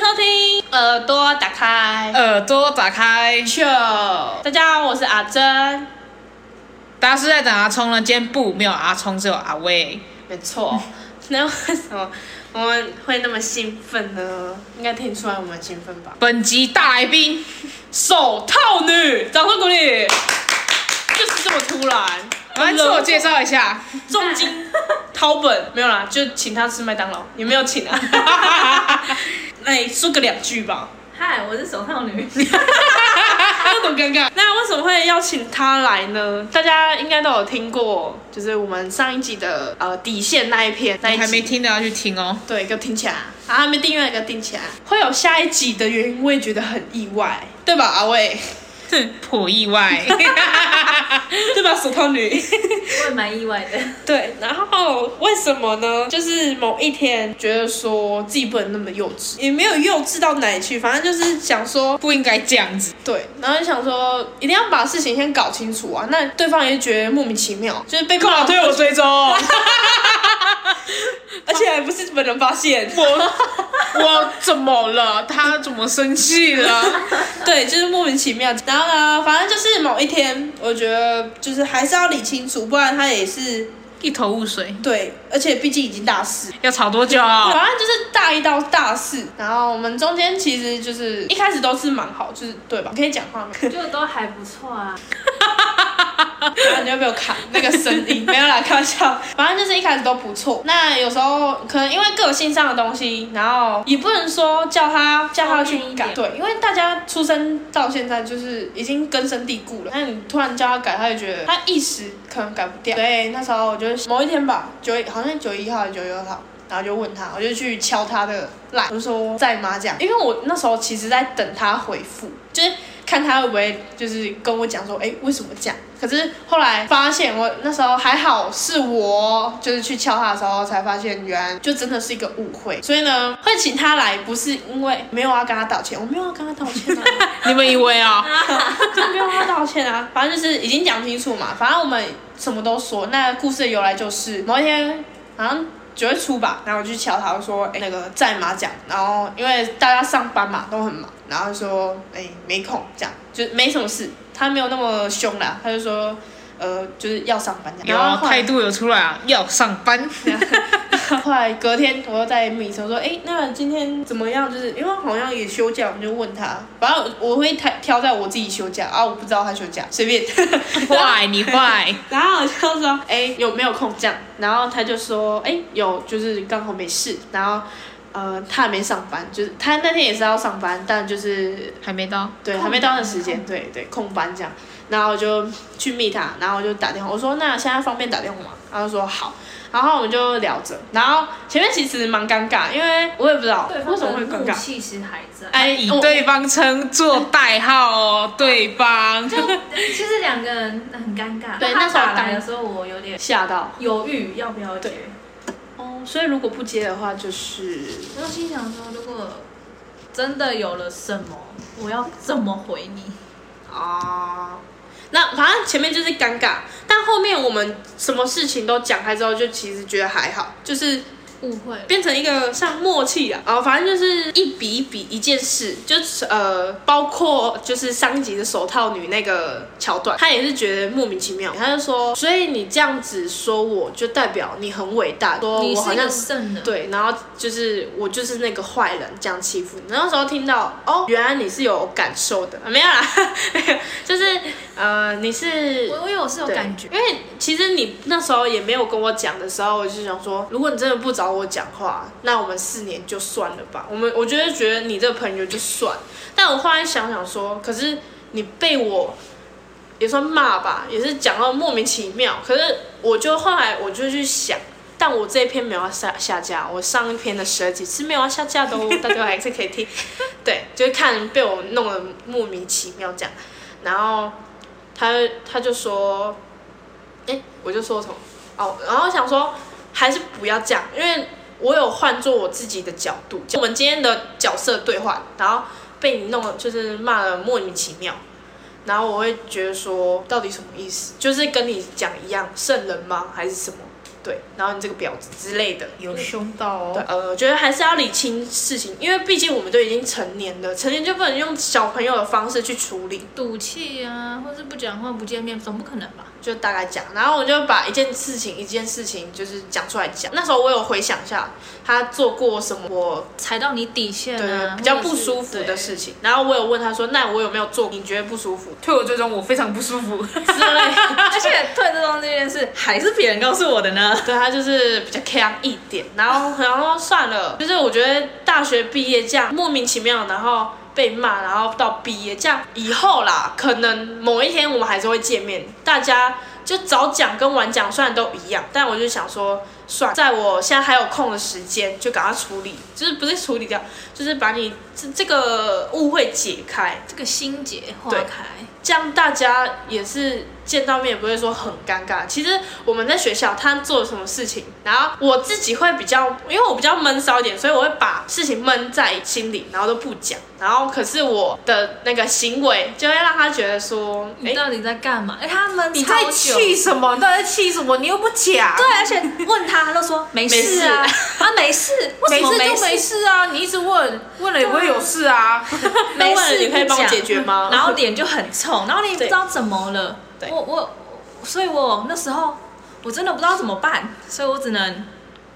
收听，耳朵打开，耳朵打开，秀。大家好，我是阿珍。大家是在等阿聪呢？今天不，没有阿聪，只有阿威。没 错，那为什么我们会那么兴奋呢？应该听出来我们兴奋吧？本集大来宾，手套女，掌声鼓励。就是这么突然，我来自我介绍一下。重金掏本没有啦，就请他吃麦当劳，也没有请 啊。来说个两句吧，嗨，我是手套女。 那种尴尬。那为什么会邀请他来呢？大家应该都有听过，就是我们上一集的呃底线那一篇，那一集 还没听的要去听哦。 对，给我听起来，啊，还没订阅，给我听起来。会有下一集的原因，我也觉得很意外，对吧，阿伟？颇意 外，对吧，手套女？我也蛮意外的。 对，然后为什么呢？就是某一天觉得说自己不能那么幼稚，也没有幼稚到哪里去，反正就是想说不应该这样子。对，然后就想说一定要把事情先搞清楚啊。那对方也觉得莫名其妙，就是被骂，啊我追踪？ 而且还不是本人发现。我怎么了？他怎么生气了？ 对，就是莫名其妙。然后呢，反正就是某一天，我觉得就是还是要理清楚，不然他也是一头雾水，对，而且毕竟已经大四。要吵 多久？反正就是大一到大四，然后我们中间其实就是一开始都是蛮好，就是对吧？可以讲话吗？就都还不错啊， 然啊后你就被我砍那个声音，没有啦，开玩笑。反正就是一开始都不错。那有时候可能因为个性上的东西，然后也不能说叫他叫他去方便一改，点对，因为大家出生到现在就是已经根深蒂固了。那你突然叫他改，他就觉得他一时可能改不掉。对，那时候我就某一天吧，九一好像九一号还是九二号。然后就问他，我就去敲他的赖，我就说在吗？这样，因为我那时候其实在等他回复，就是看他会不会就是跟我讲说，哎，为什么这样？可是后来发现我，那时候还好是我就是去敲他的时候才发现，原来就真的是一个误会。所以呢，会请他来不是因为没有要跟他道歉，我没有要跟他道歉啊。你们以为 啊？就不用他道歉啊，反正就是已经讲清楚嘛，反正我们什么都说。那故事的由来就是某一天好像九月初吧，然后我去敲他，我说、哎，那个在吗？这样，然后因为大家上班嘛都很忙，然后就说哎、没空，这样就没什么事，他没有那么凶啦，他就说呃就是要上班这有样，然啊后后来态度有出来啊，要上 班。后来隔天我又在米城说，哎、那今天怎么样？就是因为好像也休假，我们就问他，反正我我会挑挑在我自己休假啊，我不知道他休假，随便。坏，你坏。然后我就说，哎、有没有空这样？然后他就说，哎、有，就是刚好没事。然后，呃，他还没上班，就是他那天也是要上班，但就是还没到，对空还没到那班时间，空对对，空班这样。然后我就去密他，然后我就打电话，我说那现在方便打电话吗？然后说好，然后我们就聊着。然后前面其实蛮尴尬，因为我也不知道对方为什么会的尴怒尬。气其实还在。哎，以我对方称作代号哦，对方。就其实两个人很尴尬。对那他时候打来尴的时候，我有点吓到犹豫要不要接。哦，所以如果不接的话就是我心想说，如果真的有了什么，我要怎么回你？哦，那反正前面就是尴尬，但后面我们什么事情都讲开之后，就其实觉得还好，就是误会了。变成一个像默契啊。然后反正就是一笔一笔一件事，就是呃，包括就是上一集的手套女那个桥段，她也是觉得莫名其妙，她就说，所以你这样子说我就代表你很伟大，说你哦我是好一像个圣人，对，然后就是我就是那个坏人，这样欺负你。那时候听到哦，原来你是有感受的，啊没有啦， 就是呃，你是我我有是有对感觉因。为其实你那时候也没有跟我讲的时候，我就想说，如果你真的不找我讲话，那我们四年就算了吧。我们我觉得觉得你这个朋友就算，但我后来想想说，可是你被我也算骂吧，也是讲到莫名其妙。可是我就后来我就去想。但我这一篇没有要下下架，我上一篇的十二集是没有要下架的哦，大家还是可以听。对，就是看被我弄得莫名其妙这样，然后他他就说，哎、我就说什么哦，然后想说还是不要这样，因为我有换做我自己的角度，我们今天的角色兑换，然后被你弄得就是骂的莫名其妙。然后我会觉得说，到底什么意思？就是跟你讲一样，圣人吗？还是什么？对，然后你这个婊子之类的，有凶到对哦，，呃，我觉得还是要理清事情，因为毕竟我们都已经成年了，成年就不能用小朋友的方式去处理，赌气啊，或是不讲话、不见面，总不可能吧？就大概讲。然后我就把一件事情一件事情就是讲出来讲。那时候我有回想一下他做过什么我踩到你底线啊，对比较或者不是舒服的对事情，然后我有问他说，那我有没有做你觉得不舒服退我追踪我非常不舒服，之类的？ 而且退这东这件事 还是别人告诉我的 呢。 对他就是比较强一点，然后然后算了， 就是我觉得大学毕业这样莫名其妙，然后被骂，然后到毕业这样以后啦，可能某一天我们还是会见面，大家就早讲跟晚讲虽然都一样，但我就想说，算了，在我现在还有空的时间就赶快处理，就是不是处理掉，就是把你这这个误会解开，这个心结化对开，这样大家也是见到面也不会说很尴尬。其实我们在学校，他做了什么事情，然后我自己会比较，因为我比较闷骚一点，所以我会把事情闷在心里，然后都不讲。然后可是我的那个行为就会让他觉得说，哎、你到底在干嘛？哎，他们你在超久气什么？你到底在气啊什么？你又不讲，对，而且问他，他都说没事啊，啊没事，为没什么事就没没？事啊，你一直问，问了也不会有事啊。那 没问了事，你可以帮我不讲解决吗？然后脸就很臭，然后你也不对知道怎么了。对我我，所以我那时候我真的不知道怎么办，所以我只能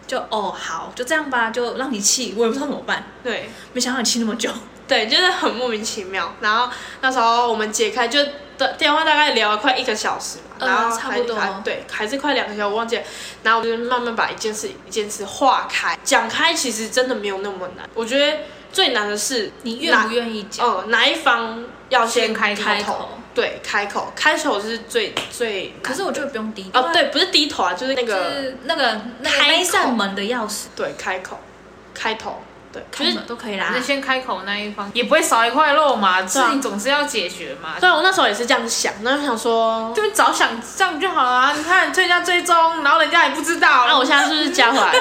就哦好，就这样吧，就让你气，我也不知道怎么办。对。没想到你气那么久，对，就是很莫名其妙。然后那时候我们解开就的电话，大概聊了快一个小时嘛，嗯然后差还不多还对，还是快两个小时，我忘记了。然后我们就是慢慢把一件事一件事化开，讲开其实真的没有那么难。我觉得最难的是你愿不意？愿意讲？嗯，哪一方要先开口？开开口。对，开口，开口是最最难。可是我觉得不用低调哦，，对，不是低头啊，就是那就个是那个那个开口那一扇门的钥匙，对开口，开头，对，就开是门都可以啦那。先开口那一方也不会少一块肉嘛，事啊情总是要解决嘛。对，我那时候也是这样想，那就想说，就早想啊这样就好了啊！你看人家追踪，然后人家也不知道。啊那我现在是不是加回来 了？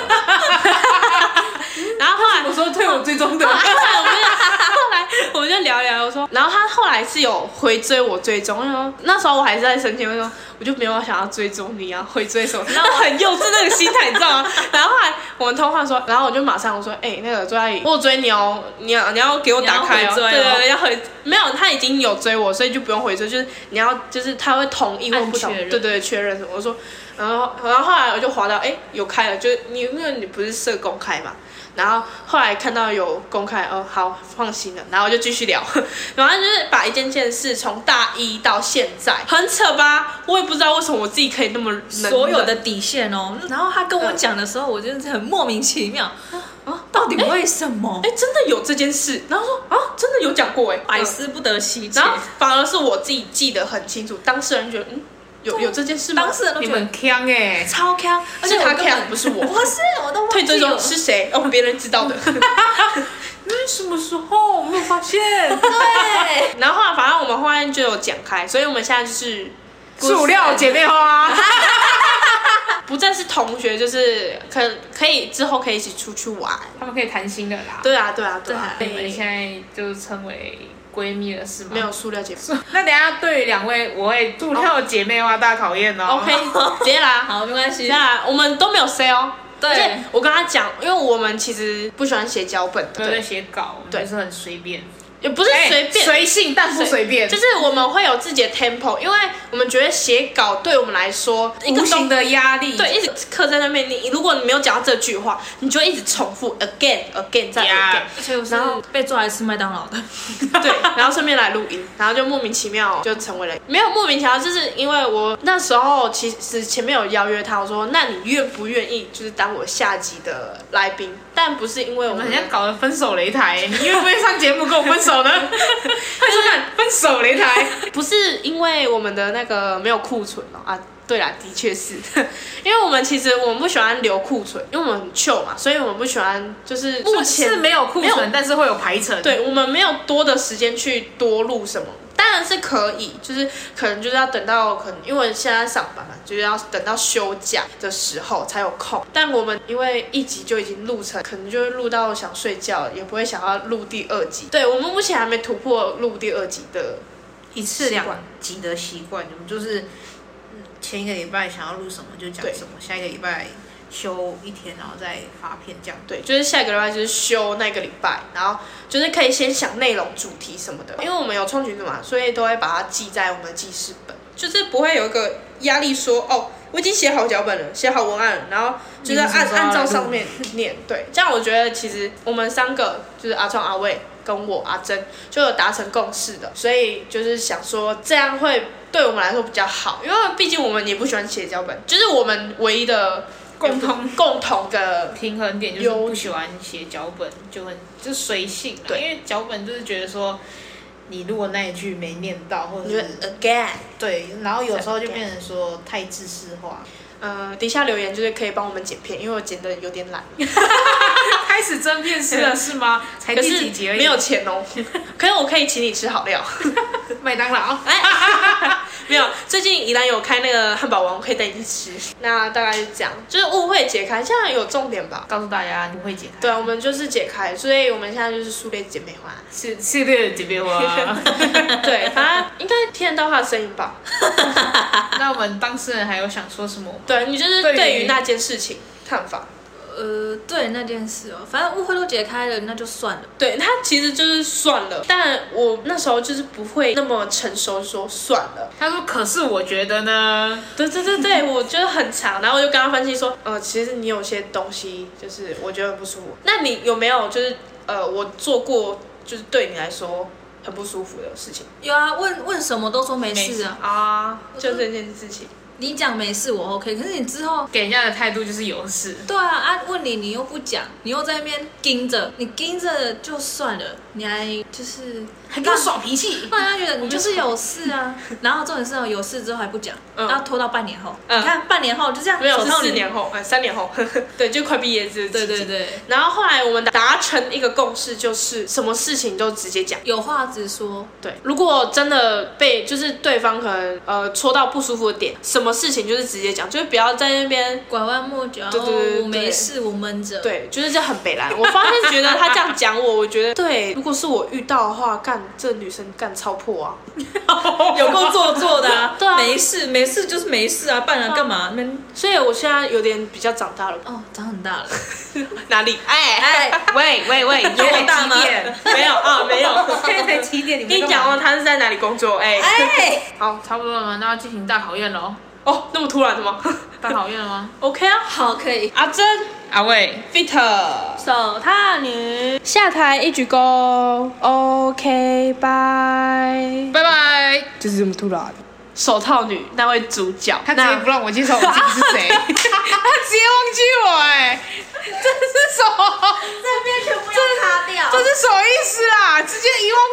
然后后来，我说退我追踪的，后来我们就后来我们就聊一聊，我说，然后他后来是有回追我追踪，我就说那时候我还是在生气，我就说我就没有想要追踪你啊，回追什么？那很幼稚那个心态，你知道吗？然后后来我们通话说，然后我就马上我说，哎、那个周阿姨，我有追你哦，你要你要给我打开你要回追哦对对对，要回没有，他已经有追我，所以就不用回追，就是你要就是他会同意或不同按确意，认对对确认什么？我说然后然后后来我就滑到哎有开了，就是你因为你不是设公开嘛，然后后来看到有公开，哦好放心了，然后就继续聊， 然后就是把一件件事从大一到现在，很扯吧？我也不知道为什么我自己可以那么能所有的忍底线哦，然后他跟我讲的时候，我真的是很莫名其妙，啊，到底为什么？哎真的有这件事，然后说啊真的有讲过哎，百思不得其解然。后反而是我自己记得很清楚，当事人觉得嗯有有这件事吗？当事人都你觉得们呛哎，超强，而且是我他根本看不是我不是， 我都退忘追记踪了。是谁？哦别人知道 的。那什么时候我没有发现？对，然后后啊来反正我们后来就有讲开，所以我们现在就是塑料姐妹 花，不再是同学，就是可可以之后可以一起出去玩。他们可以谈心的啦。对啊，对啊，对啊啊，你们对现在就称为闺蜜了是吗？没有。塑料 姐妹那等一下对于两位，我哦会塑料姐妹花大考验哦。 ，OK，直接来， 好，没关直系接。来，我们都没有 say 哦。对而且我跟他讲，因为我们其实不喜欢写脚本，没有在，写稿，我们对就是很随便，也不是随哎便。随性但不随便，就是我们会有自己的 tempo，因为我们觉得写稿对我们来说，一个无东形的压力。对，一直刻在那边。你如果你没有讲到这句话，你就会一直重复 again again 再 again Yeah。而且我是然后被抓来吃麦当劳的，对，然后顺便来录音，然后就莫名其妙就成为了没有莫名其妙，就是因为我那时候其实前面有邀约他，我说那你愿不愿意就是当我下集的来宾？但不是因为我我们们好像搞得分手擂 台，你愿不愿意上节目跟我分手呢？快去看分手擂台，不是因为我们的那个没有库存哦啊，对啦，的确是， 因为我们其实我们不喜欢留库存，因为我们很 chill 嘛，所以我们不喜欢就是目前是没有库没有存，但是会有排程。，对我们没有多的时间去多录什么，当然是可以，就是可能就是要等到可能因为现在上班嘛，就是要等到休假的时候才有空。但我们因为一集就已经录成，可能就会录到想睡觉，也不会想要录第二集。对我们目前还没突破录第二集的，一次两集的习惯，我们就是嗯前一个礼拜想要录什么就讲对什么，下一个礼拜休一天，然后再发片这样。对，就是下个礼拜就是休那个礼拜，然后就是可以先想内容、主题什么的，因为我们有创群组嘛，所以都会把它记在我们的记事本，就是不会有一个压力说哦，我已经写好脚本了，写好文案了，然后就是你按是说按照上 面念。对，这样我觉得其实我们三个就是阿创、阿卫跟我阿珍就有达成共识的，所以就是想说这样会对我们来说比较好，因为毕竟我们也不喜欢写脚本，就是我们唯一的共同共同的平衡点就是不喜欢写脚本，就很就随性啦。对因为脚本就是觉得说，你如果那一句没念到，或者你会是 again。对，然后有时候就变成说太知识化，呃，底下留言就是可以帮我们剪片，因为我剪的有点懒，开始真变师了是 吗？才可第是几集而已，没有钱哦。 可是我可以请你吃好料，麦当劳。没有。最近宜兰有开那个汉堡王，我可以带你去吃。那大概是这样，就是误会解开，现在有重点吧？告诉大家不会解开，对，我们就是解开，所以我们现在就是苏烈姐妹 花。系系列的姐妹花。对，反正应该听得到她的声音吧？ 那我们当事人还有想说什么吗？对你就是对于对于那件事情看法。呃，对那件事哦，反正误会都解开了，那就算了。对他其实就是算了，但我那时候就是不会那么成熟说算了，他说：“可是我觉得呢，对对对对，我觉得很长，然后我就跟他分析说，呃，其实你有些东西就是我觉得很不舒服。那你有没有就是呃，我做过就是对你来说很不舒服的事情有啊，问问什么都说没事啊。啊？就这件事情，你讲没事我 OK，可是你之后，给人家的态度就是有事。对啊啊，问你你又不讲，你又在那边盯着，你盯着就算了，你还就是还给我耍脾气，让人家觉得你就是有事啊。然后重点是哦，有事之后还不讲，嗯然后拖到半年后，嗯你看半年后就这样，没有手是套四你，年后，呃，三年后， 对，就快毕业这对对。对，然后后来我们达成一个共识，就是什么事情都直接讲。有话直说，对，如果真的被就是对方可能呃戳到不舒服的点，什么事情就是直接讲，就是不要在那边拐弯抹角，对对对对哦我没事，我闷着，对，就是这很北蓝。我发现觉得他这样讲我，我觉得对。如果是我遇到的话，干这女生干超破 啊！，有够做作的 啊 对啊没事没事就是没事啊，办了干嘛？那边所以我现在有点比较长大了。哦，长很大了，哪里？哎， 哎， 喂喂喂，你有我大吗？没有啊， 没有。 现在才七点，你跟你讲哦，他是在哪里工作？哎， 哎，好，差不多了吗？那要进行大考验喽，哦，那么突然的吗大考验了吗？ ？OK 啊，好，可以，阿珍阿伟， ，Fit，手套女，下台一鞠躬，OK，拜。拜拜。就是这么突然。手套女那位主角，他直接不让我介绍我自己是谁， 他直接忘记我哎，这是什么？这边全部要擦掉啊这是什么意思啦？直接遗忘哎